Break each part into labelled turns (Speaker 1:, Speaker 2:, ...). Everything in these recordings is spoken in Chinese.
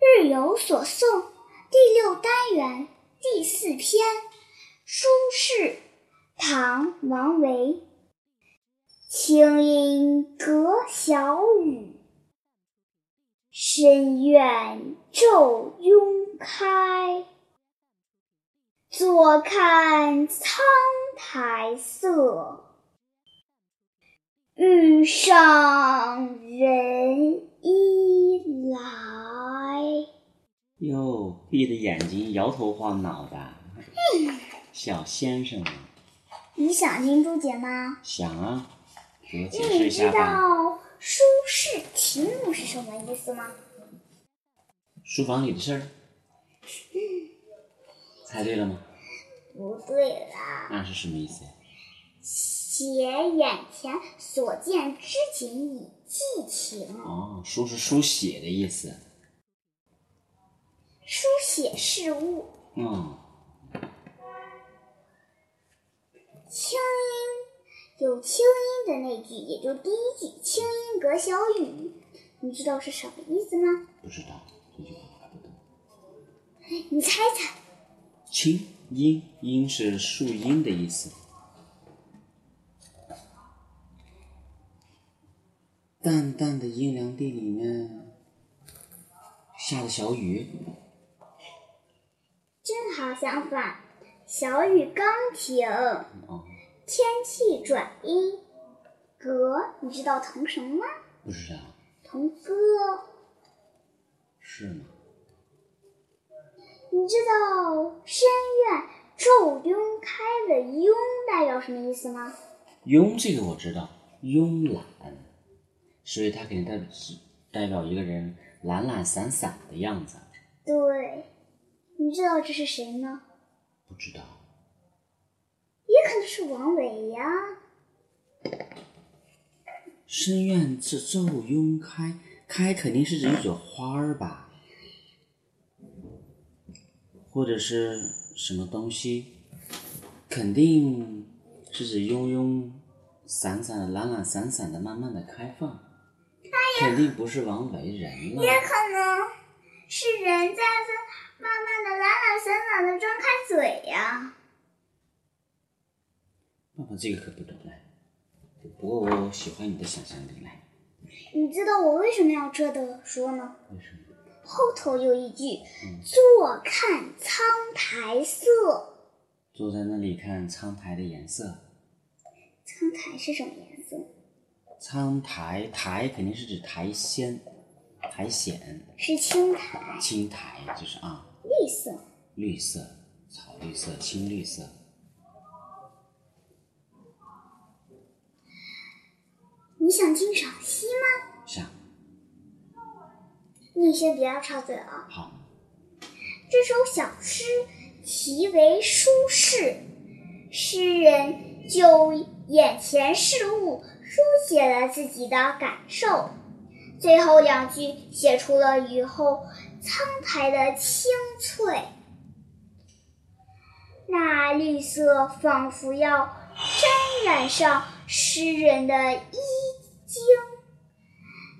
Speaker 1: 日有所诵第六单元第四篇《苏轼》，唐·王维。清音阁小雨，深院昼拥开。坐看苍苔色，欲上人伊来。
Speaker 2: 哟，闭着眼睛摇头晃脑的，小先生啊，
Speaker 1: 你想听朱姐吗？
Speaker 2: 想啊，给我解释
Speaker 1: 你知
Speaker 2: 一下吧。
Speaker 1: 道苏轼题目是什么意思吗？
Speaker 2: 书房里的事儿，猜对了吗？
Speaker 1: 不对啦，
Speaker 2: 那是什么意思呀？
Speaker 1: 写眼前所见之景以寄情。
Speaker 2: 哦，书是书写的意思。
Speaker 1: 书写事物，
Speaker 2: 嗯，
Speaker 1: 清音有清音的那句，也就第一句“清音阁小雨”，你知道是什么意思吗？
Speaker 2: 不知道这句话不懂。
Speaker 1: 你猜猜，
Speaker 2: 清音，音是树荫的意思。淡淡的阴凉地里面下了小雨。
Speaker 1: 正好相反，小雨刚停，
Speaker 2: 哦，
Speaker 1: 天气转阴。阁，你知道同什么吗？
Speaker 2: 不知道，
Speaker 1: 同歌。
Speaker 2: 是吗？
Speaker 1: 你知道深院昼拥开的拥代表什么意思吗？
Speaker 2: 慵这个我知道，慵懒，所以它肯定代表代表一个人懒懒散散的样子。
Speaker 1: 对，你知道这是谁吗？
Speaker 2: 不知道，
Speaker 1: 也可能是王维呀。
Speaker 2: 深院这昼慵开，开肯定是指一朵花儿吧，或者是什么东西，肯定是指慵慵散散的、懒懒散散的、慢慢的开放，肯定不是王维人了。
Speaker 1: 也可能是人在慢慢的、懒懒散散的张开嘴呀。
Speaker 2: 爸爸这个可不懂来，不过我喜欢你的想象力来。
Speaker 1: 你知道我为什么要这的说呢？
Speaker 2: 为什么？
Speaker 1: 后头有一句“坐看苍苔色
Speaker 2: 坐在那里看苍苔的颜色，”，
Speaker 1: 苍苔是什么颜色？
Speaker 2: 苍苔苔肯定是指苔藓、苔藓、
Speaker 1: 是青苔，
Speaker 2: 青苔就是啊，
Speaker 1: 绿色。
Speaker 2: 绿色、草绿色、青绿色。
Speaker 1: 你想听赏析吗？
Speaker 2: 像
Speaker 1: 你先别要插嘴啊！
Speaker 2: 好，
Speaker 1: 这首小诗题为《苏轼》，诗人就眼前事物书写了自己的感受，最后两句写出了雨后苍苔的清翠，那绿色仿佛要沾染上诗人的衣襟，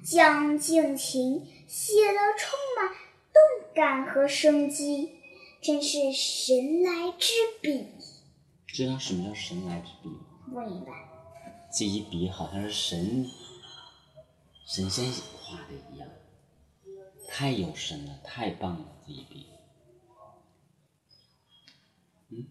Speaker 1: 将尽情写得充满动感和生机，真是神来之笔。
Speaker 2: 知道什么叫神来之笔吗？
Speaker 1: 不明白，
Speaker 2: 这一笔好像是神神仙画的一样，太有神了，太棒了！这一笔，嗯，